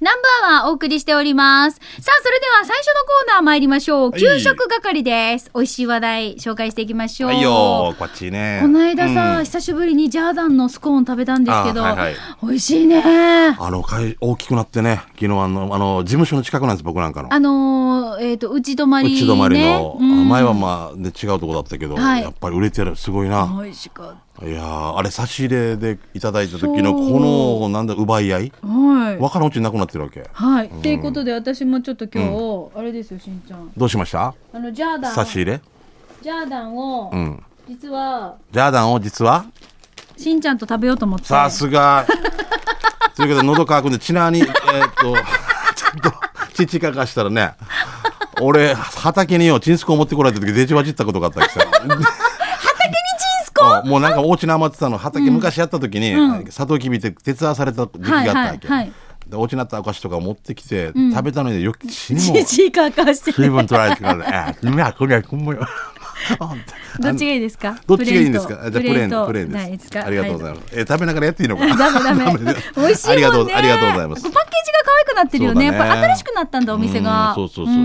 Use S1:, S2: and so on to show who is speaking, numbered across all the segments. S1: ナンバーワンお送りしております。さあ、それでは最初のコーナー参りましょう。
S2: はい
S1: 給食係です。美味しい話題紹介していきましょう。
S2: はいよー、こっちね。
S1: この間さ、
S2: うん
S1: 久しぶりにジャーダンのスコーン食べたんですけど、
S2: あはいはい
S1: 美味しいね。
S2: あの、かい大きくなってね、昨日あの、あの、事務所の近くなんです、僕なんかの。
S1: あのー、えっ、と、打ち止まり、
S2: う
S1: ね。
S2: ち止まりの、あ
S1: う
S2: の
S1: ん
S2: 前はまあ、ね、違うとこだったけど、
S1: はい
S2: やっぱり売れてる、すごいな。
S1: 美味しかっ
S2: いやー、あれ差し入れでいただいた時の、
S1: そう
S2: この、なんだ、奪い合い
S1: た。はい。
S2: わからんうちになくなってるわけ。
S1: はい。と、いうことで、私もちょっと今日、あれですよ、しんちゃん。
S2: どうしました
S1: あの、ジャーダン、
S2: 差し入れ
S1: ジャーダンを、
S2: うん。
S1: 実は、
S2: ジャーダンを実は
S1: しんちゃんと食べようと思って。
S2: さすが。ということで、喉乾くんで、ちなに、えーっと、ちょっと、父かかしたらね、俺、畑によ、チンスコを持ってこられた時、デジバジったことがあったりして。うんもうなんかお家に余ってたの畑昔やった時に、サトウキビって手伝わされた時期があったわけ、
S1: はいはいはい
S2: でお家になったお菓子とかを持ってきて、食べたのによく 死にも
S1: ちちかかして。
S2: 水分取られてからねええ「いやこりゃこんも よ」あんた
S1: どっちがいいですか
S2: どっちがいいんですかあ
S1: プ
S2: じゃあプ
S1: レ
S2: レー
S1: ーンと
S2: ンプレーン
S1: ない
S2: です
S1: か
S2: ありがとうござい
S1: ま
S2: ます、え食べながらやっていいのかな
S1: ダメダメ美味しいもんね
S2: ありがとうありがとうございます
S1: パッケージが可愛くなってるよね
S2: そうだね
S1: やっぱ新しくなったんだお店が
S2: うんそうそうそう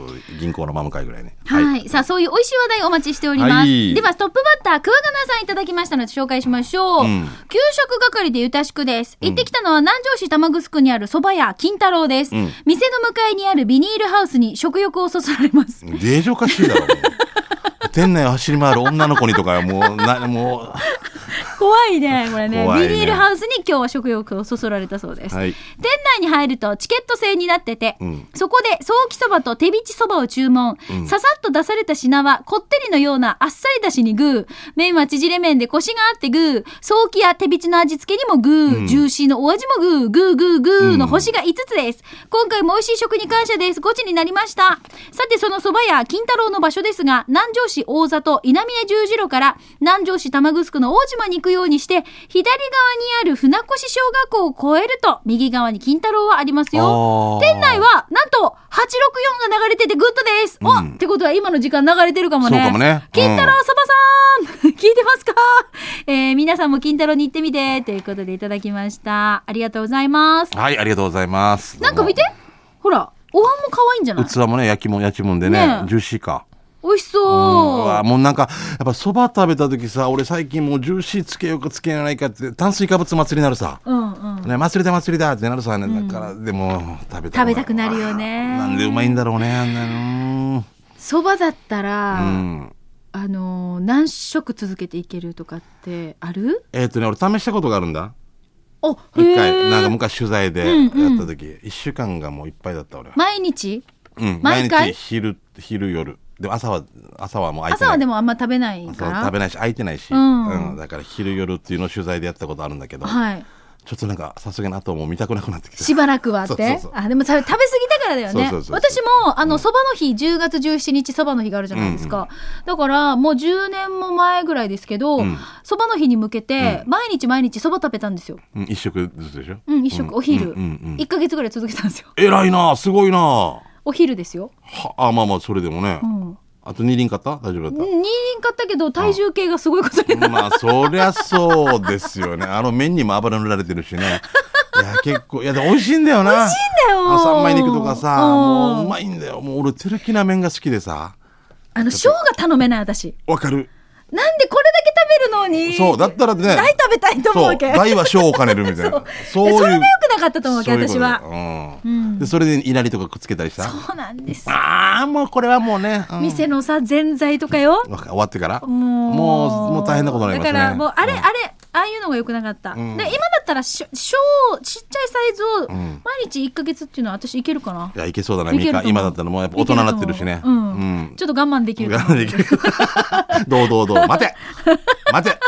S2: そうそう、銀行のマム会ぐらいね
S1: はい、さあ、そういう美味しい話題お待ちしております。
S2: はい
S1: では、トップバッター、桑名さんいただきましたので紹介しましょう。
S2: ん
S1: 給食係でゆたしくです。行ってきたのは南城市玉城にある蕎麦屋金太郎です、
S2: ん
S1: 店の向かいにあるビニールハウスに食欲をそそられます。
S2: 令状化しいだろもう店内を走り回る女の子にとかも うなも
S1: 怖いね、これね
S2: 怖いね
S1: ビニールハウスに今日は食欲をそそられたそうです。
S2: はい
S1: 店内に入るとチケット制になってて、
S2: うん
S1: そこでソーキそばと手びちそばを注文、ささっと出された品はこってりのようなあっさりだしにグー麺は縮れ麺でコシがあってグーソーキや手びちの味付けにもグー、ジューシーのお味もグーグーグーグーの星が5つです、今回も美味しい食に感謝ですゴチになりましたさてそのそば屋金太郎の場所ですが南城市大里稲峰十字路から南城市玉城の大島に行くようにして左側にある船越小学校を越えると右側に金太郎はありますよ
S2: あー
S1: 店内はなんと864が流れててグッドです、お
S2: うん
S1: ってことは今の時間流れてるかもね
S2: そうかもね
S1: 金太郎そばさん 聞いてますか、えー皆さんも金太郎に行ってみてということでいただきましたありがとうございます
S2: はいありがとうございます
S1: なんか見てほらお椀も可愛いんじゃ
S2: ど
S1: な
S2: う
S1: い
S2: も器もね焼きもん焼きもんで
S1: ね
S2: ね
S1: え
S2: ジューシーか
S1: 美味しそう
S2: うんうわもうなんかやっぱそば食べた時さ俺最近もうジューシーつけようかつけないかって炭水化物祭りになるさ、
S1: うんうん
S2: ね、祭りだ祭りだってなるさ、ねだからでも食べたく
S1: 食べたくなるよね
S2: なんでうまいんだろうねあんなの
S1: そばだったら、
S2: うん
S1: あのー何食続けていけるとかってある
S2: えっ、とね、俺試したことがあるんだ。
S1: あ
S2: 一
S1: へ
S2: 回、
S1: ー
S2: なんか昔取材で
S1: うん
S2: や
S1: う
S2: っ
S1: ん
S2: た時、一、週間がもういっぱいだった俺は。
S1: 毎日
S2: うん、
S1: 毎回
S2: 日昼、昼夜。でも朝は、朝はもう空い
S1: 朝
S2: てない。
S1: はでもあんま食べない
S2: そ
S1: か
S2: う
S1: ら
S2: 食べないし、空いてないし、
S1: うん
S2: だから昼夜っていうのを取材でやったことあるんだけど、
S1: はい
S2: ちょっとなんか、さすがに後もう見たくなくなってきて。
S1: しばらくはって
S2: そうそうそう
S1: あでもさ食べ過ぎたからだよね
S2: そうそうそう
S1: 私もあのそばの日10月17日そばの日があるじゃないですか、だからもう10年も前ぐらいですけど
S2: ん
S1: そば、蕎麦の日に向けて毎日毎日そば食べたんですよ、
S2: うん、一食ずつでしょ
S1: うん、一食、お昼、
S2: うんうんうん
S1: 1ヶ月ぐらい続けたんですよ
S2: 偉いなすごいなは
S1: お昼ですよ、
S2: あ、まあまあ、それでもね。
S1: うん、
S2: あと二輪買った大丈夫だっ
S1: 二輪買ったけど体重計がすごいことに
S2: たまあ、そりゃそうですよね。あの麺にも油塗られてるし ね。いや、結構、いや、でも美味しいんだよな。
S1: 美味しいんだよ
S2: あの三枚肉とかさ、もううま
S1: い
S2: いんだよ。もう俺、手抜きな麺が好きでさ。
S1: あの生姜頼めない私
S2: わかる。
S1: なんでこれだけ食べるのに
S2: そうだったらね
S1: 大食べたいと思う
S2: そう、
S1: わけそ
S2: 大は小を兼ね るみたいな。そういう。
S1: れが良くなかったと思うわけ
S2: そういうこ
S1: 私
S2: と
S1: は
S2: うんで、それでいなりとかくっつけたりした。
S1: そうなんです
S2: ああ、もうこれはもうね。うん
S1: 店のさぜんざいとかよ
S2: わか終わってから。
S1: もう
S2: もう、もう大変なことになりますね。
S1: だからもうあれ、あれああいうのが良くなかった、
S2: ん
S1: で今だったらしょ小ちっちゃいサイズを
S2: ん
S1: 毎日1ヶ月っていうのは私いけるかな、
S2: いや、いけそうだな、
S1: いけ
S2: み
S1: ると
S2: か
S1: 思う
S2: 今だったらもうやっぱ大人になってるし
S1: い
S2: ね
S1: け。と思ううん
S2: うん
S1: ちょっと我慢できると思う
S2: 我慢で きる。どうどうどう、待て待て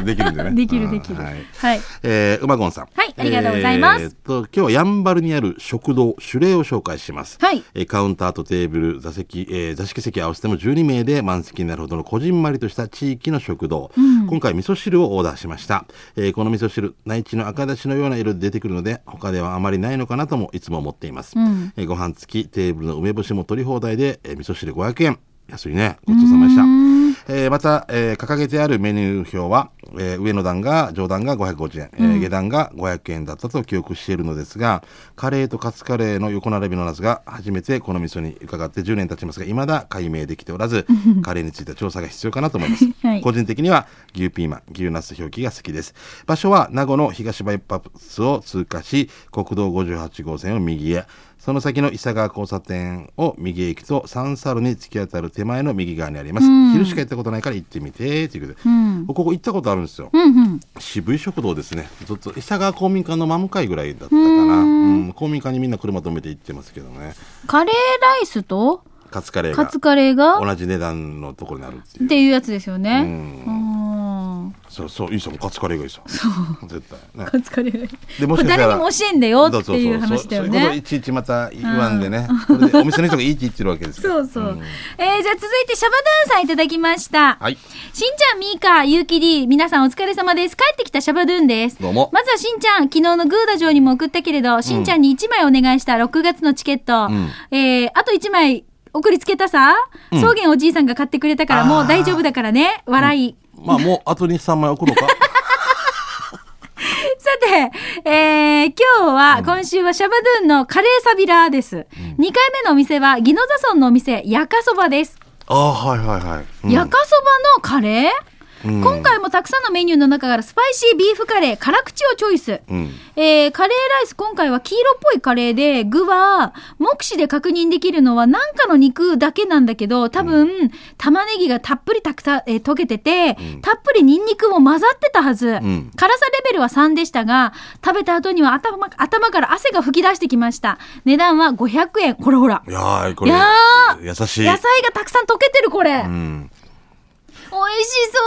S2: ってでき るんでね。
S1: できるできる、
S2: うんは
S1: はいい、
S2: えー、馬ゴンさん。
S1: はいありがとうございます
S2: えーっと、今日はやんばるにある食堂、酒礼を紹介します。
S1: はい
S2: えーカウンターとテーブル、座席、えー座敷席合わせても12名で満席になるほどのこじんまりとした地域の食堂。今回味噌汁をオーダーしました。えーこの味噌汁、内地の赤だしのような色で出てくるので、他ではあまりないのかなともいつも思っています。
S1: ん
S2: えーご飯付き、テーブルの梅干しも取り放題で、えー味噌汁500円。安いね。ごちそうさまでした。えーまた、えー掲げてあるメニュー表は、えー上の段が上段が550円、えー下段が500円だったと記憶しているのですがカレーとカツカレーの横並びのナスが初めてこの味噌に伺って10年経ちますがいまだ解明できておらずカレーについては調査が必要かなと思います、
S1: はい
S2: 個人的には牛ピーマン牛ナス表記が好きです場所は名護の東バイパスを通過し国道58号線を右へその先の伊佐川交差点を右へ行くとサンサルに突き当たる手前の右側にあります、昼しか行ったことないから行ってみてということで、ここ行ったことあるんですよ、
S1: うんうん。
S2: 渋い食堂ですねずっと伊佐川公民館の真向かいぐらいだったかなうん公民館にみんな車止めて行ってますけどね
S1: カレーライスと
S2: カツカレー
S1: カ
S2: が
S1: ツカレーが
S2: 同じ値段のところにあるっていう
S1: っていうやつですよね。
S2: う
S1: うん
S2: そうそういいさもカツカレーがいいさそう絶対ね
S1: カツカレーライス。
S2: で
S1: これ誰にも教えんだよっていう話だよ
S2: そうそうそうそういうことを
S1: ね
S2: い。ちいちまた言わんでね、これでお店の人がいいって言ってるわけですから
S1: そうそう。え
S2: ん
S1: ー、じゃあ続いてシャバドゥンさんいただきました。
S2: はい
S1: しんちゃん、みーか、ゆうきり、皆さんお疲れ様です。帰ってきたシャバドゥンです。
S2: どうも
S1: まずはしんちゃん、昨日のグーダ城にも送ったけれど、しんちゃんに1枚お願いした6月のチケット。
S2: ん
S1: えー、あと1枚送りつけたさ。草原おじいさんが買ってくれたから、
S2: あー
S1: もう大丈夫だからね。笑い。
S2: まあもうあと23枚送ろうか
S1: さて、えー、今日は、今週はシャバドゥンのカレーサビラーです。2回目のお店は、ギノザ村のお店、ヤカそばです。
S2: ああはいはいはい、うん
S1: ヤカそばのカレー、
S2: うん
S1: 今回もたくさんのメニューの中からスパイシービーフカレー、辛口をチョイス。
S2: うん
S1: えーカレーライス今回は黄色っぽいカレーで、具は、目視で確認できるのは何かの肉だけなんだけど、多分、玉ねぎがたっぷりたくた、えー溶けてて、たっぷりニンニクも混ざってたはず。
S2: ん
S1: 辛さレベルは3でしたが、食べた後には頭、頭から汗が噴き出してきました。値段は500円。ほらほら。
S2: いやーこれ
S1: いや
S2: 優しい
S1: 野菜がたくさん溶けてる、これ。
S2: うん、
S1: 美味しそ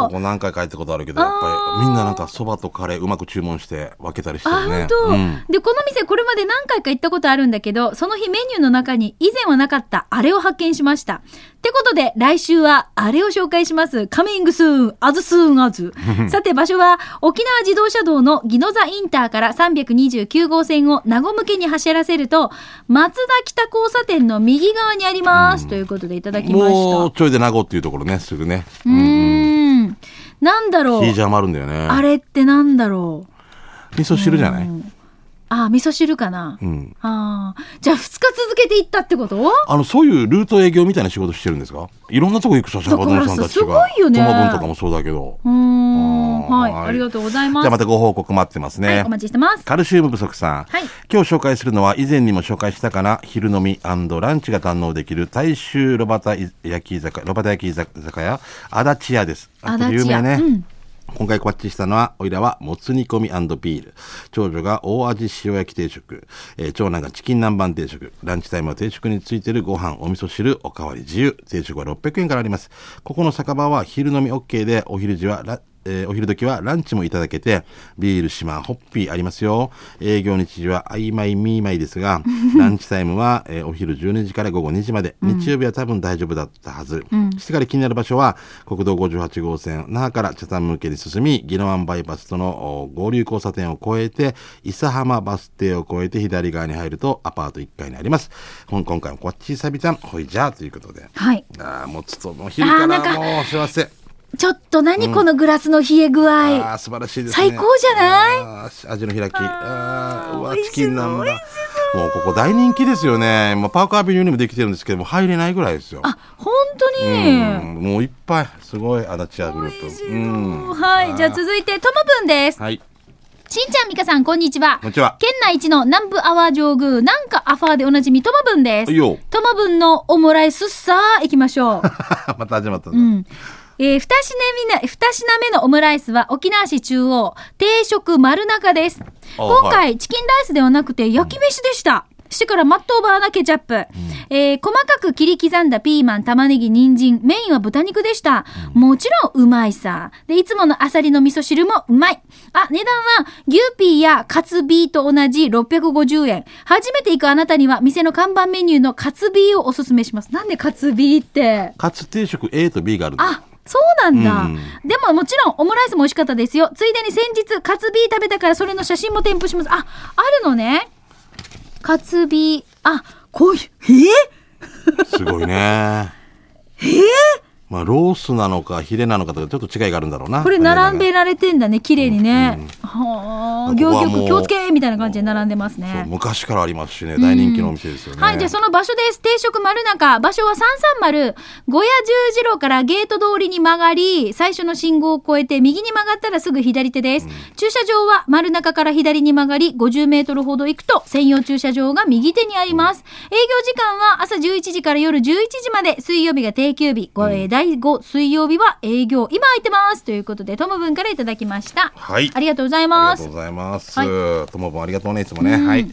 S2: こ
S1: う
S2: こ何回帰ったことあるけどやっぱ
S1: あー
S2: りみんななんかそばとカレーうまく注文して分けたりして
S1: あ、
S2: るね
S1: 本当、
S2: うん
S1: で、この店これまで何回か行ったことあるんだけど、その日メニューの中に以前はなかったあれを発見しました。ってことで、来週はあれを紹介します。カミングスーン、アズスーンア ズ。さて、場所は沖縄自動車道のギノザインターから329号線を名護向けに走らせると、松田北交差点の右側にあります。ということでいただきました。
S2: もう
S1: う
S2: ちょいで名護っていうところねすぐね
S1: ーん。なんだろう
S2: ヒ。ージャーもあるんだよね
S1: あれってなんだろう。
S2: 味噌汁じゃない
S1: うんああ、味噌汁かな。
S2: うん
S1: ああ。じゃあ、二日続けていったってこと
S2: あのそういうルート営業みたいな仕事してるんですかいろんなとこ行くさシャバドゥンさんたちが
S1: だからさすごいよね
S2: トマドンとかもそうだけど
S1: うーん。はい。
S2: はい
S1: ありがとうござい
S2: じゃ
S1: ます。
S2: あまたご報告待ってます
S1: はい、
S2: ね
S1: お待ちしてます。
S2: カルシウム不足さん、
S1: はい
S2: 今日紹介するのは以前にも紹介したかな昼飲みランチが堪能できる大衆ロバタ焼き居酒屋ロバタ焼き居酒屋足立屋ですあ
S1: 足
S2: 有
S1: 立屋
S2: 名ね、
S1: うん
S2: 今回こっちしたのはおいらはもつ煮込みビール長女が大味塩焼き定食、えー長男がチキン南蛮定食ランチタイムは定食についてるご飯お味噌汁おかわり自由定食は600円からありますここの酒場は昼飲み OK でお昼時はラえーお昼時はランチもいただけて、ビール、島、ホッピーありますよ。営業日時は曖昧、ミーマイです が、ランチタイムは、えーお昼12時から午後2時まで、日曜日は多分大丈夫だったはず。してから気になる場所は、国道58号線、那覇から茶山向けに進み、宜野湾バイパスとのお合流交差点を越えて、諫浜バス停を越えて左側に入るとアパート1階にあります。ほん今回もこっちサビちゃん、ほいじゃあということで。
S1: はい。
S2: ああ、もうちょっともう昼か
S1: あーな
S2: ら
S1: んか
S2: もう幸せ。
S1: ちょっと何このグラスの冷え具
S2: あ
S1: 合。
S2: あ素晴らしいですね
S1: 最高じゃない
S2: あー味の開きあーうわ
S1: 美味
S2: チ
S1: しそう
S2: キン南蛮もうここ大人気ですよね、まあ、パークアビューにもできてるんですけども入れないぐらいですよ
S1: あ、本当
S2: うん
S1: に。
S2: もういっぱいすごい足立屋グル
S1: 美味し
S2: ープ
S1: い
S2: うん
S1: のはい。じゃあ続いて、トモブンです。
S2: はい
S1: しんちゃん、みかさん、こんにちは。
S2: こんにちは
S1: 県内一の南部アワー上宮、なんかアファーでおなじみ、トモブンです。
S2: いいよ
S1: トモブンのオムライスっさー、行きましょう。
S2: また始まった
S1: う
S2: ね
S1: ん。えー、二品目な、二品目のオムライスは沖縄市中央、定食丸中です。今回、
S2: は
S1: チキンライスではなくて焼き飯でした。してからマットオーバーなケチャップ。えー細かく切り刻んだピーマン、玉ねぎ、人参、メインは豚肉でした。もちろんうまいさ。で、いつものアサリの味噌汁もうまい。あ、値段は牛ピーやカツビーと同じ650円。初めて行くあなたには店の看板メニューのカツビーをおすすめします。なんでカツビーって。
S2: カツ定食 A と B があるんだ
S1: あ、そうなんだ。
S2: う
S1: でももちろんオムライスも美味しかったですよ。ついでに先日、カツビー食べたからそれの写真も添付します。あ、あるのね。カツ ビー、あ、こういう、えー
S2: すごいねまあ、ロースなのかヒレなのかとかちょっと違いがあるんだろうな
S1: これ並んでられてんだね綺麗にね、
S2: うん
S1: は
S2: こ
S1: あ
S2: こは
S1: 行
S2: もう
S1: 局気をつけみたいな感じで並んでます
S2: そう
S1: ね
S2: 昔からありますしね大人気のお店ですよね、
S1: はい、じゃあその場所です。定食丸中。場所は330。小屋十字路からゲート通りに曲がり、最初の信号を越えて右に曲がったらすぐ左手です。駐車場は丸中から左に曲がり、50メートルほど行くと専用駐車場が右手にあります。営業時間は朝11時から夜11時まで、水曜日が定休日、ごえー第5水曜日は営業、今空いてます。ということで、トム分からいただきました。
S2: はい
S1: ありがとうござい
S2: あり
S1: ま
S2: がと
S1: す
S2: う。ございます。
S1: は
S2: ともぼんありがとうね、いつもね。はい。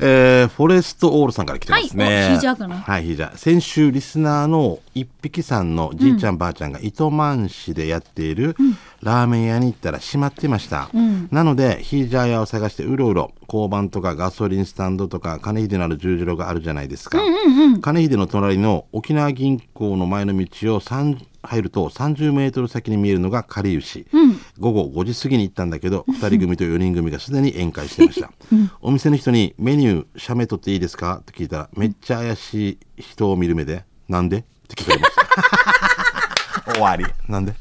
S2: えー、フォレストオールさんから来てますね。
S1: はいおヒージャーかな
S2: はい、ヒージャー先週、リスナーの一匹さんのじいちゃん、ばあちゃんが糸満市でやっているラーメン屋に行ったら閉まってました。
S1: ん
S2: なので、ヒージャー屋を探してうろうろ、交番とかガソリンスタンドとか、金秀のある十字路があるじゃないですか。金秀の隣の沖縄銀行の前の道を3入ると30メートル先に見えるのが狩牛、午後5時過ぎに行ったんだけど2人組と4人組がすでに宴会してました、お店の人に「メニュー写メ撮っていいですか?」って聞いたらめっちゃ怪しい人を見る目で「なんで?」って聞かれました終わりなんで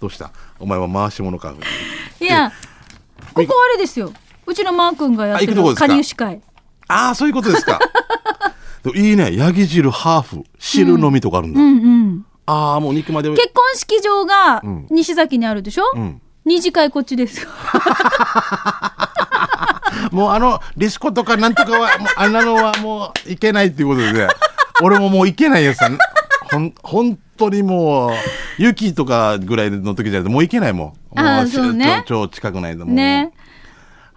S2: どうしたお前は回し者か
S1: いや、ここあれですよ。うちのマー君がやって
S2: あ行くとこ
S1: る
S2: ですか
S1: かりゆし会。
S2: ああそういうことですかでもいいねヤギ汁ハーフ汁のみとかあるんだ、
S1: うんうん。
S2: ああもう肉まで
S1: 結婚式場が西崎にあるでしょ、
S2: ん
S1: 二次会こっちですよ。
S2: もうあの、ディスコとかなんとかは、もうあんなのはもういけないっていうことでね、俺ももういけないやつだ。ほん、本当にもう、ユキとかぐらいの時じゃないともういけないもん。
S1: あー
S2: もし
S1: そうね
S2: 超超近くないともう。
S1: ね。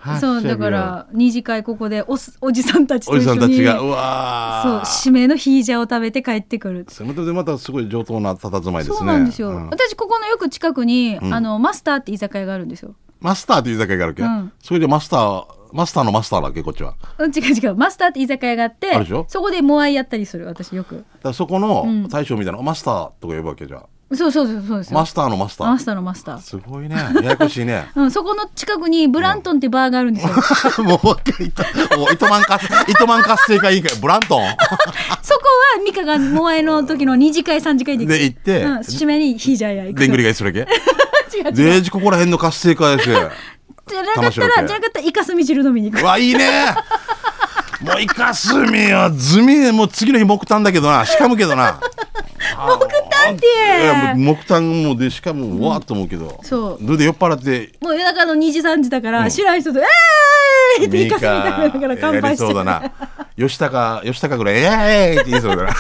S2: はっしゃ
S1: そう、だから、二次会ここでおすおじさんたちと
S2: お
S1: 一
S2: じ
S1: 緒
S2: さん
S1: に。
S2: たちが、うわ
S1: そう、
S2: ー
S1: 締めのヒージャーを食べて帰ってくる。
S2: それでまたすごい上等な佇まいですね。
S1: そうなんですよ、
S2: ん
S1: 私ここのよく近くに、
S2: ん
S1: あのマスターって居酒屋があるんですよ
S2: マスターっていう居酒屋があるけ、
S1: うん
S2: それでマスター、マスターのマスターだっけ、こっちは。だか
S1: うん違う違うマスターって居酒屋があって
S2: あるでしょ
S1: そこでモアイやったりする私よく
S2: らそこの大将みたいな、マスターとか呼ぶわけじゃん。
S1: そうそうそうそうですよ
S2: マスターのマスタ
S1: マ
S2: ー。
S1: スターのマスター
S2: すごいね。ややこしいね。
S1: うん、そこの近くにブラントンってバーがあるんですよ。そこ
S2: もう一回、糸もう糸満活、糸満活性化委員会、ブラン トン
S1: はミカがモアイの時の2次会3次会で行く。
S2: で行って
S1: うん、締めにヒージャーや行く。
S2: でんぐり返するだけ。
S1: 違う違う。
S2: デージここら辺の活性化やし。
S1: じ
S2: う
S1: ゃなかっ
S2: 玉
S1: た
S2: 城
S1: ら、
S2: 家
S1: じゃなかったらイカスミ汁飲みに行く。
S2: わ、いいね。もうイカスミは、ズミでもう次の日木炭だけどな、しかむけどな。木炭
S1: って
S2: 木炭もで、しかも、うわーっと思うけど。
S1: そう
S2: それで酔っ払って、
S1: もう夜中の2時3時だから、知らん人と、えーいってイカスミ食べながら乾
S2: や
S1: 杯
S2: り
S1: し
S2: そう
S1: て
S2: だ
S1: る。
S2: な。吉高、吉高ぐらい、えーいって言いそうだな。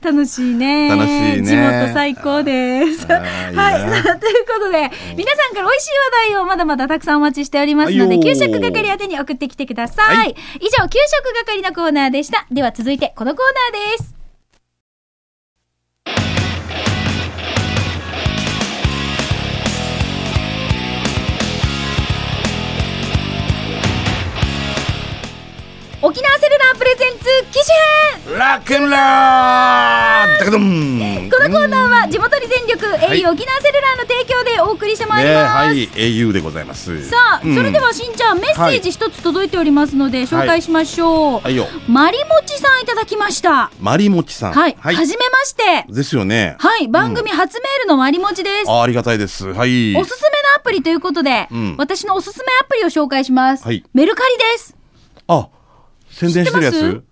S1: 楽しいね。
S2: 楽しいね
S1: 地元最高です。
S2: あーいいな
S1: はい。さあ ということで、皆さんから美味しい話題をまだまだたくさんお待ちしておりますの
S2: は
S1: で、
S2: いよー
S1: 給食係宛てに送ってきてください。
S2: は
S1: 以上、給食係のコーナーでした。では続いて、このコーナーです。沖縄セルラープレゼンツ機種編
S2: ラックンロールダカドン
S1: このコーナーは地元に全力、
S2: い
S1: au 沖縄セルラーの提供でお送りしてまいり
S2: ね
S1: ます、
S2: はい、au でございます。
S1: さあ、
S2: うん
S1: それではしんちゃんメッセージ一つ届いておりますので紹介しましょう、
S2: はいよ。
S1: マリモチさんいただきました
S2: マリモチさん。
S1: はい、はじめまして
S2: ですよね。
S1: はい番組初メールのマリモチです、
S2: あありがたいです。はい。
S1: おすすめのアプリということで、
S2: うん
S1: 私のおすすめアプリを紹介します、
S2: はい
S1: メルカリです
S2: あ、宣伝してる
S1: 知っ
S2: や
S1: てま
S2: つ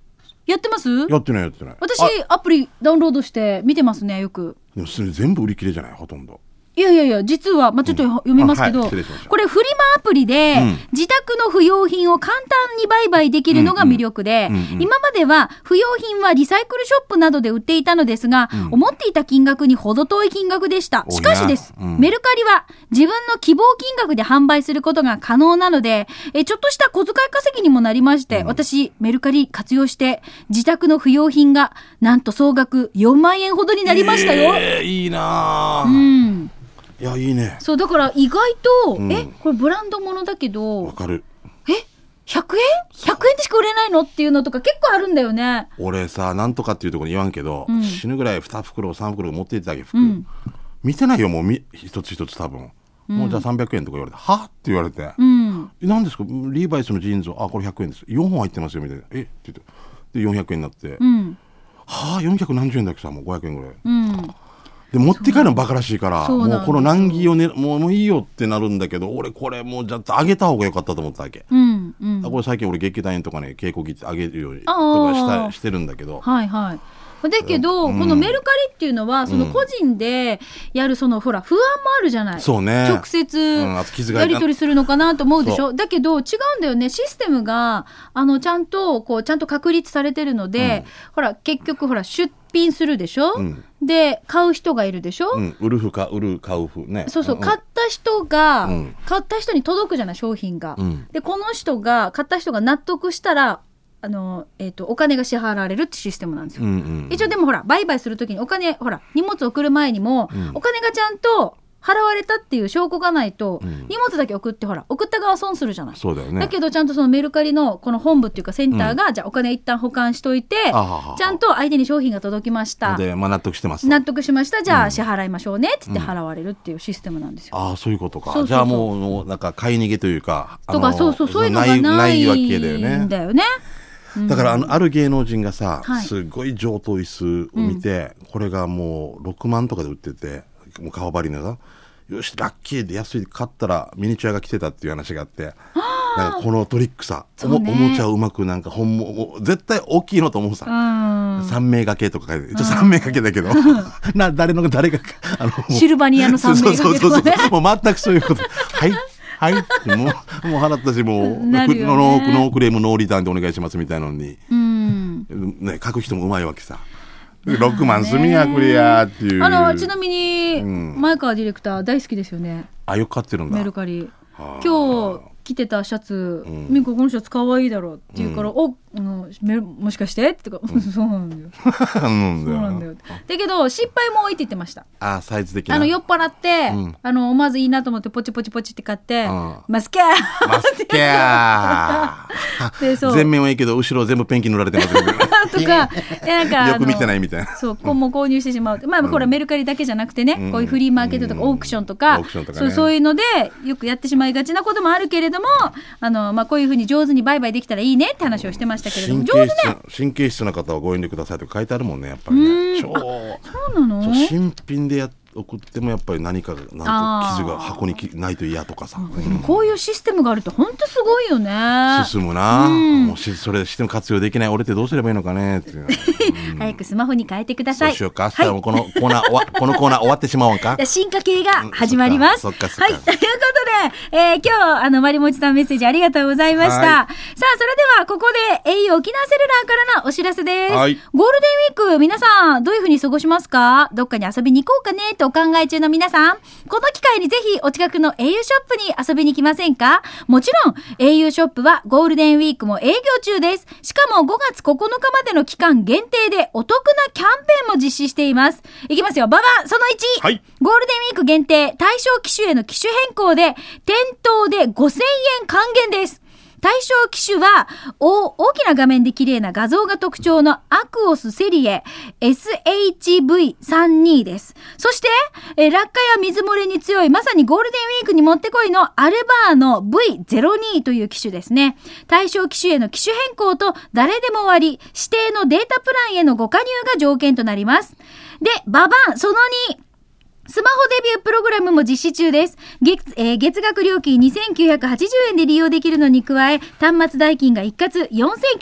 S1: やってます
S2: やってないやってない。
S1: 私
S2: あ
S1: アプリダウンロードして見てますねよく
S2: でもそれ全部売り切れじゃないほとんど。
S1: いやいやいや、実は、まあ、ちょっと読みますけど、
S2: あはい失礼しました
S1: これフリマアプリで、
S2: うん
S1: 自宅の不要品を簡単に売買できるのが魅力で、
S2: うんうんうんうん
S1: 今までは不要品はリサイクルショップなどで売っていたのですが、
S2: ん
S1: 思っていた金額に程遠い金額でした。
S2: 多い
S1: し
S2: な
S1: かしです、
S2: うん
S1: メルカリは自分の希望金額で販売することが可能なので、えちょっとした小遣い稼ぎにもなりまして、私、メルカリ活用して、自宅の不要品が、なんと総額4万円ほどになりましたよ。
S2: えーいいな
S1: う
S2: ぁ。
S1: ん
S2: いや、いいね。
S1: そうだから意外と、
S2: うん
S1: えこれブランドものだけ
S2: わ
S1: ど
S2: かる。
S1: え100円 ?100 円でしか売れないのっていうのとか結構あるんだよね。
S2: 俺さ、なんとかっていうところに言わんけど、
S1: うん
S2: 死ぬぐらい2袋、3袋持っていっただけ服。
S1: うん
S2: 見てないよ、もうみ一つ一つ多分。もうじゃあ300円とか言われて、はって言われて。
S1: うん、
S2: え何ですかリーバイスのジーンズをあこれ100円です4本入ってますよみたいなえって言ってで400円になって、
S1: うん、
S2: はあ400何十円だけどさもう500円ぐらい
S1: うん。
S2: で持って帰るのバカらしいから
S1: そう
S2: も
S1: なんです
S2: うこの難儀をねもうもういいよってなるんだけど俺これもうじゃあげた方が良かったと思ったわけ、
S1: うん。うん
S2: あ。これ最近俺劇団員とかね稽古着ってあげるようにと
S1: あ
S2: か
S1: ー
S2: したしてるんだけど
S1: はいはい。だけど、
S2: うん
S1: このメルカリっていうのは、その
S2: うん
S1: 個人でやる、その、ほら、不安もあるじゃない。
S2: そうね
S1: 直接
S2: うんあと傷が
S1: やり取りするのかなと思うでしょ、だけど違うんだよね、システムがあのちゃんとこうちゃんと確立されてるので、ほら、結局、ほら出品するでしょ、
S2: うん
S1: で、買う人がいるでしょ、
S2: うん、売るふか売る買うふね
S1: そうそう、
S2: ん
S1: 買った人が、
S2: うん
S1: 買った人に届くじゃない、商品が。
S2: うん
S1: で、この人が、買った人が納得したら、あのえっとお金が支払われるってシステムなんですよ。
S2: うんうん
S1: 一応でもほら、売買するときにお金、ほら、荷物送る前にも、お金がちゃんと払われたっていう証拠がないと、
S2: ん
S1: 荷物だけ送ってほら、送った側損するじゃない。
S2: そうだよね
S1: だけど、ちゃんとそのメルカリのこの本部っていうかセンターが、じゃあお金一旦保管しといて
S2: あはは、
S1: ちゃんと相手に商品が届きました。
S2: で、まあ、納得してます
S1: 納得しました。じゃあ支払いましょうねってって払われるっていうシステムなんですよ。
S2: ああそういうことか
S1: そうそうそう
S2: じゃあもうもうなんか買い逃げというかあ
S1: とか、
S2: の
S1: そうそう、そういうのが
S2: ない
S1: ない
S2: わけだよ
S1: ん
S2: ね
S1: だよね。
S2: だからあのある芸能人がさ、
S1: はい
S2: すごい上等椅子を見て、これがもう6万とかで売っててもう顔張りのさよしラッキーで安いで買ったらミニチュアが来てたっていう話があってなんかこのトリックさ、おも
S1: そうね
S2: おもちゃをうまくなんか本物もう絶対大きいのと思うさ、
S1: うん。
S2: 三名掛けとか書いてちょ三名掛け だけどな誰の誰があのもう
S1: シルバニアの三名掛けとかね
S2: そうそうそうそうもう全くそういうことはいはいもうもう払ったしもう、
S1: なるよね
S2: ノーノークレームノーリターンでお願いしますみたいなのに、
S1: うん。
S2: ね、書く人もうまいわけさ6万すみやクリアっていう
S1: あのちなみに、
S2: うん
S1: 前川ディレクター大好きですよね
S2: あよく買ってるんだ
S1: メルカリ
S2: あー
S1: 今日着てたシャツ「
S2: ん
S1: ミンコこのシャツかわいいだろ」って言うから「おあのメルもしかして?」ってか、 そうなんだよ
S2: なん
S1: そう
S2: だよ
S1: な
S2: なん
S1: だよ」だけど失敗も多いって言ってました
S2: あサイズ的な
S1: あの酔っ払って、
S2: ん
S1: あの思わずいいなと思ってポチポチポチって買って「
S2: うん
S1: マスケー!
S2: マスケア
S1: でそう
S2: 全面はいいけど後ろ全部ペンキ塗られてますよ ね」
S1: と かえなんか
S2: よく見て
S1: い
S2: ないみたいな
S1: そう、こうもう購入してしまう。まあ、これはメルカリだけじゃなくてね、
S2: ん
S1: こういうフリーマーケットとか
S2: うん
S1: オークションとか、
S2: オークションとかね
S1: そうそういうので、よくやってしまいがちなこともあるけれども、あの、まあ、こういうふうに上手に売買できたらいいねって話をしてましたけれども、
S2: 神
S1: 上
S2: 経
S1: 手
S2: 質
S1: ね。
S2: な神経質な方はご遠慮くださいとか書いてあるもんねやっぱりね超
S1: そうなの
S2: そう新品でや送ってもやっぱり何かがなん
S1: あー
S2: か傷が箱にきないと嫌とかさ、
S1: こういうシステムがあるって本当すごいよね。
S2: 進むな、
S1: うん
S2: もうしそれしても活用できない俺ってどうすればいいのかねっていう
S1: 早くスマホに変えてくだ
S2: そ
S1: さ
S2: う
S1: い。
S2: しようか
S1: は
S2: 明
S1: い
S2: 日もこのコーナー、わ このコーナー終わってしまおうか
S1: 進化系が始まります。
S2: そっかそっか
S1: はい。ということで、えー今日、あの、まりもちさんメッセージありがとうございました。
S2: は
S1: さあ、それでは、ここで、au 沖縄セルラーからのお知らせです。
S2: はい
S1: ゴールデンウィーク、皆さん、どういうふうに過ごしますかどっかに遊びに行こうかねとお考え中の皆さん、この機会にぜひ、お近くの au ショップに遊びに来ませんかもちろん、au ショップはゴールデンウィークも営業中です。しかも、5月9日までの期間限定で、お得なキャンペーンも実施しています。いきますよ、ババンその1。
S2: はい
S1: ゴールデンウィーク限定、対象機種への機種変更で、店頭で5000円還元です。対象機種は、お大きな画面で綺麗な画像が特徴のアクオスセリエ SHV32 です。そして、えー落下や水漏れに強い、まさにゴールデンウィークにもってこいのアルバーの V02 という機種ですね。対象機種への機種変更と、誰でも割り、指定のデータプランへのご加入が条件となります。で、ババン、その2。スマホデビュープログラムも実施中です。月,、えー月額料金2980円で利用できるのに加え、端末代金が一括4980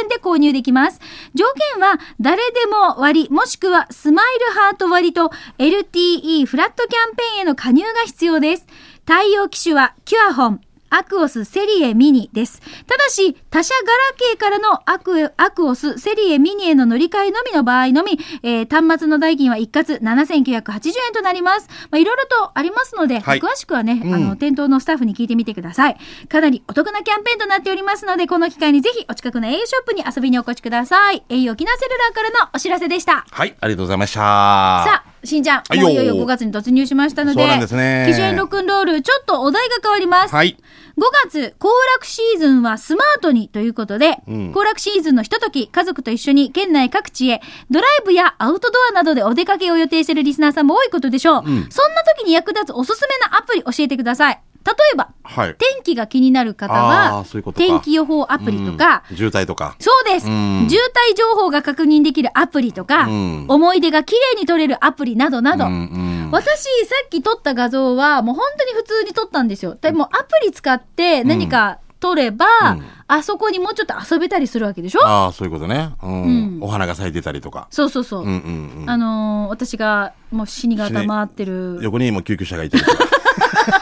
S1: 円で購入できます。条件は、誰でも割り、もしくはスマイルハート割りと LTE フラットキャンペーンへの加入が必要です。対応機種は、キュアホン。アクオスセリエミニです。ただし、他社ガラケーからのアクアクオスセリエミニへの乗り換えのみの場合のみ、えー端末の代金は一括7980円となります。まあ、いろいろとありますので、
S2: はい
S1: 詳しくはね、
S2: うん
S1: あの、店頭のスタッフに聞いてみてください。かなりお得なキャンペーンとなっておりますので、この機会にぜひお近くの au ショップに遊びにお越しください。au 沖縄セルラーからのお知らせでした。
S2: はいありがとうございました
S1: さあ、しんちゃん、
S2: はいよ
S1: もういよいよ5月に突入しましたので、
S2: そうなんですね
S1: 基準ロックンロール、ちょっとお題が変わります。
S2: はい
S1: 5月、行楽シーズンはスマートにということで、
S2: うん
S1: 行楽シーズンのひととき、家族と一緒に県内各地へ、ドライブやアウトドアなどでお出かけを予定しているリスナーさんも多いことでしょう。そんな時に役立つおすすめのアプリ教えてください。例えば、
S2: はい。
S1: 天気が気になる方
S2: あー
S1: は
S2: そういうことか
S1: 天気予報アプリとか、
S2: うん渋滞とか。
S1: そうです、
S2: うん
S1: 渋滞情報が確認できるアプリとか、
S2: うん
S1: 思い出がきれいに撮れるアプリなどなど、
S2: うんうん
S1: 私、さっき撮った画像は、もう本当に普通に撮ったんですよ。でも、アプリ使って何か撮れば、
S2: うん
S1: あそこにもうちょっと遊べたりするわけでしょ
S2: ああ、そういうことね。うん。
S1: うん
S2: お花が咲いてたりとか。
S1: そうそうそう。
S2: うんうんうん。
S1: あのー私がもう死に方
S2: 死に
S1: 回ってる。
S2: 横にもう救急車がいたりとか。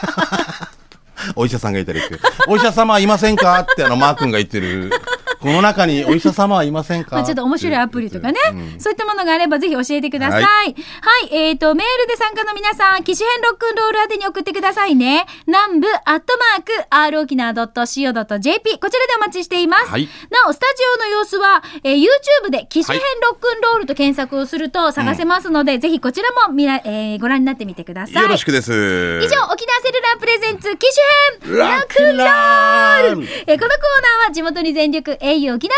S2: お医者さんがいたりして、お医者様いませんかってあのマー君が言ってる。この中にお医者様はいませんか
S1: まあ、ちょっと面白いアプリとかね、
S2: うん
S1: そういったものがあればぜひ教えてください。
S2: は
S1: はい、えっ、と、メールで参加の皆さん、機種編ロックンロール宛てに送ってくださいね。南部アットマーク、r 沖縄 .co.jp、こちらでお待ちしています。
S2: はい
S1: なお、スタジオの様子は、えー YouTube で機種編ロックンロールと検索をすると探せますので、ぜひこちらも見ら、えーご覧になってみてください。
S2: よろしくです。
S1: 以上、沖縄セルラープレゼンツ、機種編ロックンロ
S2: ラ
S1: ー
S2: ク
S1: ル
S2: ラー
S1: えーこのコーナーは地元に全力 au 沖縄セルラ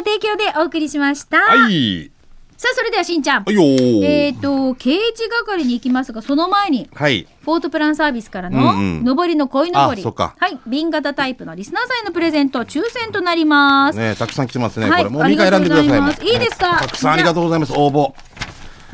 S1: ーの提供でお送りしました。
S2: はい。
S1: さあ、それではしんちゃん。
S2: はいよー
S1: えっ、と、刑事係に行きますが、その前に、
S2: はい。
S1: フォートプランサービスからの、
S2: うんうん
S1: 上りの鯉のぼり。
S2: あそっか
S1: はい。瓶型タイプのリスナーさんへのプレゼント、抽選となります。
S2: ねたくさん来てますね。
S1: は
S2: こ
S1: い
S2: れもう2回選んでくださいもん
S1: ありがとうございますいいですか
S2: ねたくさんありがとうございます。応募。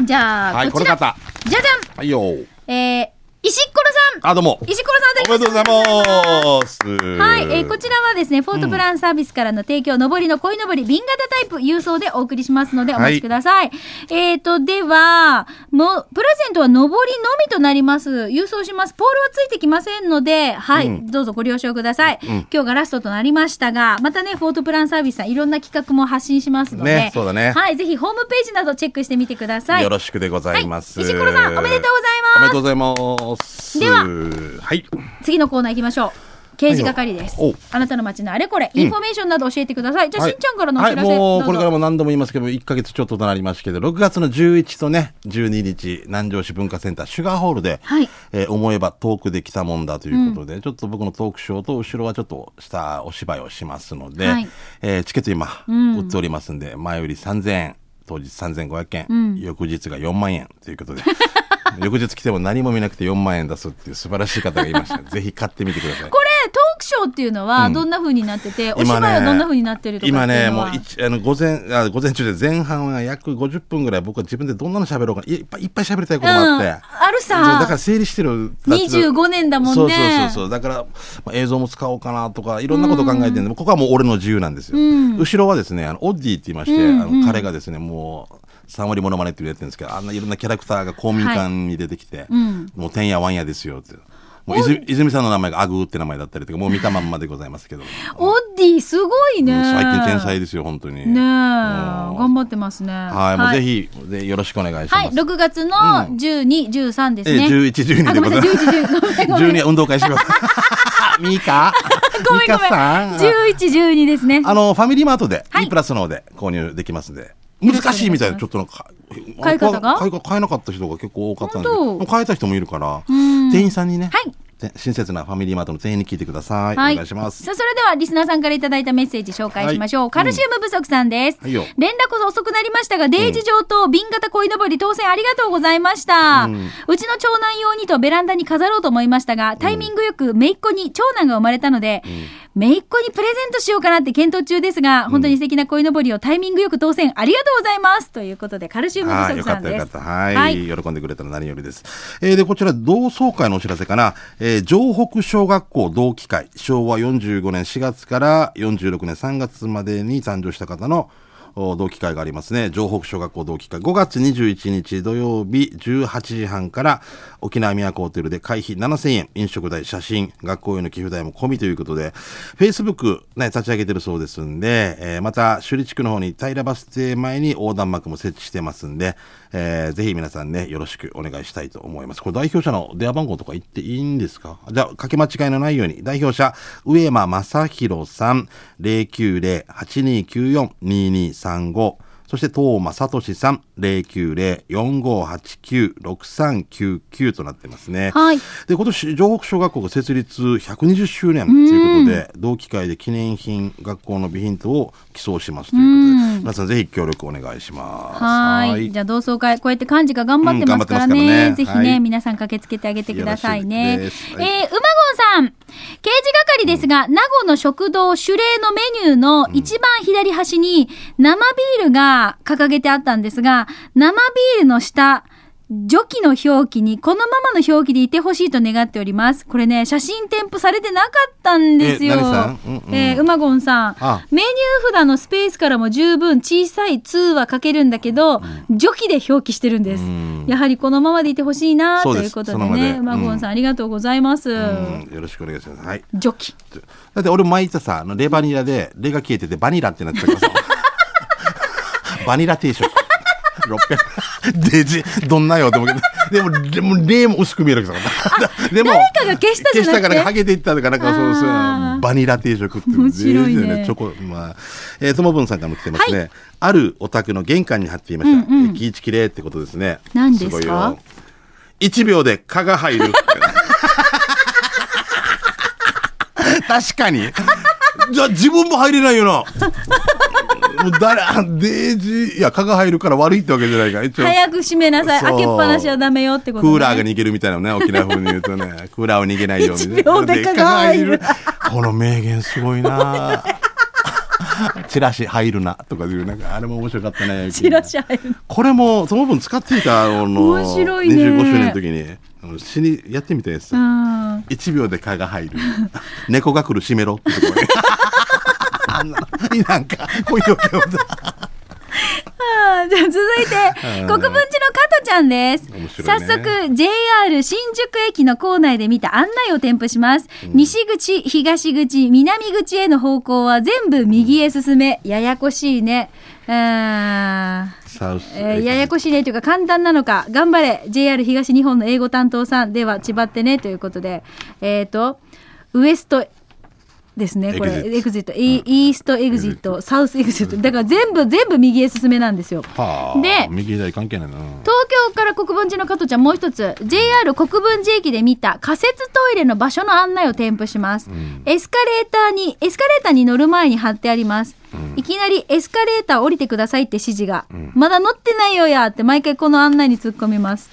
S1: じゃあ、
S2: はい
S1: こちら。
S2: この方
S1: じゃじ
S2: はいよ
S1: ゃ
S2: ー
S1: んえー、石っころさん
S2: あ、どうも。
S1: 石っころさん
S2: おめでとうございます。は
S1: はい、えーこちらはですね、フォートプランサービスからの提供、上りの鯉のぼり、瓶型タイプ、郵送でお送りしますので、お待ちください。えっ、と、では、もう、プレゼントは上りのみとなります。郵送します。ポールはついてきませんので、はい、どうぞご了承ください、今日がラストとなりましたが、またね、フォートプランサービスさん、いろんな企画も発信しますので、
S2: ねそうだね
S1: はい、ぜひホームページなどチェックしてみてください。
S2: よろしくでございます。
S1: はい石黒さんおめでとうございます
S2: おめでとうございます。
S1: で
S2: は、はい。
S1: 次のコーナー行きましょう。刑事係です
S2: はいよお。
S1: あなたの街のあれこれ、インフォメーションなど教えてください。じゃあ、
S2: はい
S1: しんちゃんからのお知らせ、
S2: はい、もう
S1: ど
S2: こ
S1: う
S2: れ
S1: ぞ
S2: からも何度も言いますけど1か月ちょっととなりましたけど6月の11とね12日南城市文化センターシュガーホールで、
S1: はい
S2: えー思えば遠くで来たもんだということで、ちょっと僕のトークショーと後ろはちょっとしたお芝居をしますので、
S1: はい
S2: えーチケット今売っておりますんで、前売り3000円当日3500円、翌日が4万円ということで 翌日来ても何も見なくて4万円出すっていう素晴らしい方がいましたぜひ買ってみてください
S1: これ、トークショーっていうのは、どんな風になってて、お芝居はどんな風になってるとかってい
S2: 今
S1: うのは。
S2: ねもう一あの午前あ午前中で前半は約50分ぐらい僕は自分でどんなの喋ろうかいいっぱいいっぱい喋りたいこともあって、
S1: うんあるさ
S2: そうだから整理してる
S1: 25年だもんね
S2: そうそうそうそうだから、まあ、映像も使おうかなとかいろんなこと考えてるんで、ここはもう俺の自由なんですよ、後ろはですねあのオッディって言いまして、あの彼がですねもう3割モノマネっていうのやってるんですけどあんないろんなキャラクターが公民館に出てきて、もうてんやわんやですよってもう泉泉さんの名前がアグーって名前だったりとかもう見たまんまでございますけど
S1: オッディ、すごいね。
S2: うん最近天才ですよ、本当に。
S1: ねえ、
S2: うん
S1: 頑張ってますね。
S2: はい、もうぜ
S1: ひ。
S2: ひ、ぜよろしくお願いしま
S1: は
S2: す。
S1: い、6月の12、13です
S2: え
S1: ね。
S2: 11、12
S1: あ、
S2: で
S1: ご
S2: ご
S1: めん
S2: ざ
S1: ないさい、
S2: ます。
S1: 11、12。ごめんごめん。
S2: 12は運動会します。 ミカ
S1: ごめ
S2: ミ
S1: んご
S2: カ
S1: めん。
S2: さん。
S1: 11、12ですね。
S2: あの、ファミリーマートで、
S1: はい
S2: E プラスの方で購入できますんで。
S1: よろ
S2: 難
S1: しくお願いします
S2: しいみたいな、ちょっとなんか
S1: 買い方が
S2: 買い買えなかった人が結構多かったんで、
S1: 本当
S2: もう買えた人もいるから、
S1: ん
S2: 店員さんにね、
S1: はい
S2: て親切なファミリーマートの店員に聞いてください。お願いします。
S1: さあ、それではリスナーさんからいただいたメッセージ紹介しましょう。
S2: はい
S1: カルシウム不足さんです。
S2: うんはいよ
S1: 連絡遅くなりましたが、デイジ上と瓶型鯉のぼり当選ありがとうございました。うちの長男用にとベランダに飾ろうと思いましたが、タイミングよく姪っ子に長男が生まれたので、姪っ子にプレゼントしようかなって検討中ですが、本当に素敵な鯉のぼりをタイミングよく当選ありがとうございます。ということで、カルシウム
S2: は
S1: 不足
S2: い、よか
S1: さ
S2: っ
S1: ん
S2: た
S1: で
S2: よ
S1: す。
S2: かった。はい、
S1: はい
S2: 喜んでくれたら何よりです。えーで、こちら同窓会のお知らせかな。えー城北小学校同期会、昭和45年4月から46年3月までに誕生した方のお同期会がありますね。城北小学校同期会。5月21日土曜日18時半から沖縄都ホテルで会費7000円、飲食代、写真、学校への寄付代も込みということで、Facebook ね、立ち上げてるそうですんで、えーまた、首里地区の方に平バス停前に横断幕も設置してますんで、えーぜひ皆さんね、よろしくお願いしたいと思います。これ代表者の電話番号とか言っていいんですかじゃあ、かけ間違いのないように、代表者、上間正宏さん、090-8294-2235、そして、東間聡さん、090-4589-6399となってますね。
S1: はい。
S2: で、今年、城北小学校が設立120周年ということで、同期会で記念品、学校の備品等を寄贈しますということで、皆さんぜひ協力お願いします。
S1: はいじゃあ同窓会、こうやって幹事が頑張ってますからね。
S2: うん頑張ってますか
S1: ぜひ
S2: らね
S1: ね、
S2: はい
S1: 皆さん駆けつけてあげてくださいね。
S2: よ
S1: えー、
S2: ろし
S1: うま
S2: いですはい
S1: ごんさん。刑事係ですが、名護の食堂主礼のメニューの一番左端に生ビールが掲げてあったんですが、生ビールの下、除記の表記にこのままの表記でいてほしいと願っております。これね、写真添付されてなかったんですよ。
S2: え何さんうんうん
S1: えー馬ゴンさん
S2: あ
S1: メニュー札のスペースからも十分小さい「2」は書けるんだけど除記で表記してるんです、
S2: うん
S1: やはりこのままでいてほしいな
S2: そう
S1: と
S2: です
S1: いうこと
S2: そ
S1: で
S2: のままで
S1: ね馬ゴンさん、ありがとうございます、
S2: うんよろしくお願いします。はい。
S1: 除記
S2: だって俺前言ったさ、あのレバニラで、レが消えててバニラってなってた からさ。バニラ定食。600。デジ、どんなよって思うけど。でも、でも、例も薄く見えるわけだから。でも、
S1: 誰かが消したじゃなくて
S2: 消したから、ハゲていったとか、なんかそうそう
S1: あー、
S2: バニラ定食って。
S1: 面白いね
S2: 全然チョコ、まあ、えー、ともぶんさんからも来てますね。あるお宅の玄関に貼っていました。
S1: うんうん
S2: えーキイチキレイってことですね。
S1: 何ですか
S2: ごいよ1秒で蚊が入る。確かに。 じゃあ自分も入れないよな。もう誰、デージー、いや、蚊が入るから悪いってわけじゃないから。一応
S1: 早く閉めなさい
S2: そう
S1: 開けっぱなしはダメよってこと、
S2: ク
S1: ね、
S2: ーラーが逃げるみたいなね、沖縄風に言う とね、クーラーを逃げないようにね。
S1: 一秒で蚊が入る
S2: で。この名言すごいな。チラシ入るなとかいう、なんかあれも面白かったね。
S1: チラシ入る
S2: これもその分使っていたあの
S1: 面白いね
S2: 25周年の時にあの死にやってみたやつ、
S1: うん
S2: 1秒で蚊が入る 猫が来る閉めろってとこあんなのなんかこういうわけよ
S1: あ ーじゃあ続いて
S2: うん
S1: 国分寺の加トちゃんです、
S2: 面白
S1: 早
S2: いね
S1: 速 JR 新宿駅の構内で見た案内を添付します、西口東口南口への方向は全部右へ進めややこしいねうーん
S2: サウス
S1: えーややこしいねというか簡単なのか頑張れ JR 東日本の英語担当さんでは千葉ってねということでえっ、とウエストですねこれエ
S2: エ
S1: グジットイイーストエグジットサウスエグジットだから全部全部右へ進めなんですよ
S2: はあ
S1: で
S2: 右左関係ないな
S1: 東京から国分寺の加藤ちゃんもう一つ JR 国分寺駅で見た仮設トイレの場所の案内を添付します、エスカレーターにエスカレーターに乗る前に貼ってあります、いきなりエスカレーター降りてくださいって指示が、まだ乗ってないよやって毎回この案内に突っ込みます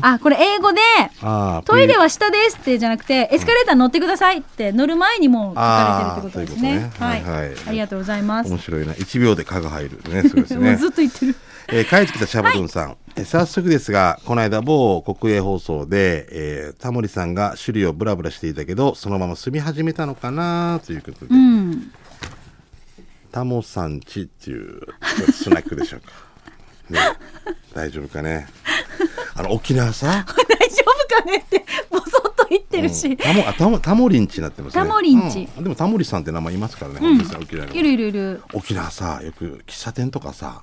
S1: あこれ英語で
S2: ああ
S1: トイレは下ですってじゃなくてエスカレーター乗ってくださいって乗る前にもう書かれてるってことですね
S2: あーと
S1: は
S2: いう
S1: い、
S2: ことねはいはい
S1: ありがとうございます
S2: 面白いな1秒で蚊が入るねそうで す
S1: もう
S2: ね
S1: ずっと言ってる
S2: えー帰ってきたシャバドゥンさん、えー早速ですがこの間某国営放送で、えータモリさんが首里をブラブラしていたけどそのまま住み始めたのかなということで、
S1: うん
S2: タモさんちっていうスナックで しょうか、ね、大丈夫かねあの沖縄 さ、
S1: 大丈夫かねってボソッと言ってるし、
S2: うんタモあタモタモリンチになってますね
S1: タモリンチ
S2: うんでもタモリさんって名前いますからね、本当にさ沖縄にも
S1: いるいるいる
S2: 沖縄さよく喫茶店とかさ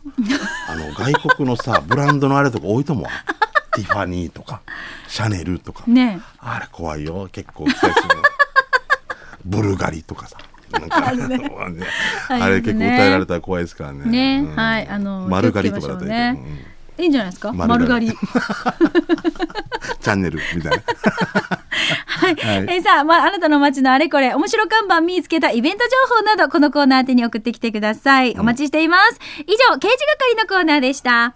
S2: あの外国のさブランドのあれとか多いと思う わティファニーとかシャネルとか、
S1: ね
S2: あれ怖いよ結構期待する ブルガリとかさなんか
S1: はい
S2: あれ結構歌えられたら怖いですからね
S1: えねえ、
S2: うん
S1: はいあの
S2: 丸刈りとかだっ
S1: 気をつ
S2: た
S1: けましょう
S2: り、
S1: ね
S2: うん
S1: いいんじゃないですか丸
S2: 丸
S1: 刈
S2: 刈
S1: り
S2: りチャンネルみたいな
S1: はい、
S2: はい
S1: えーさあ、まあ、あなたの街のあれこれ面白看板見つけたイベント情報などこのコーナー宛てに送ってきてくださいお待ちしています、以上刑事係のコーナーでした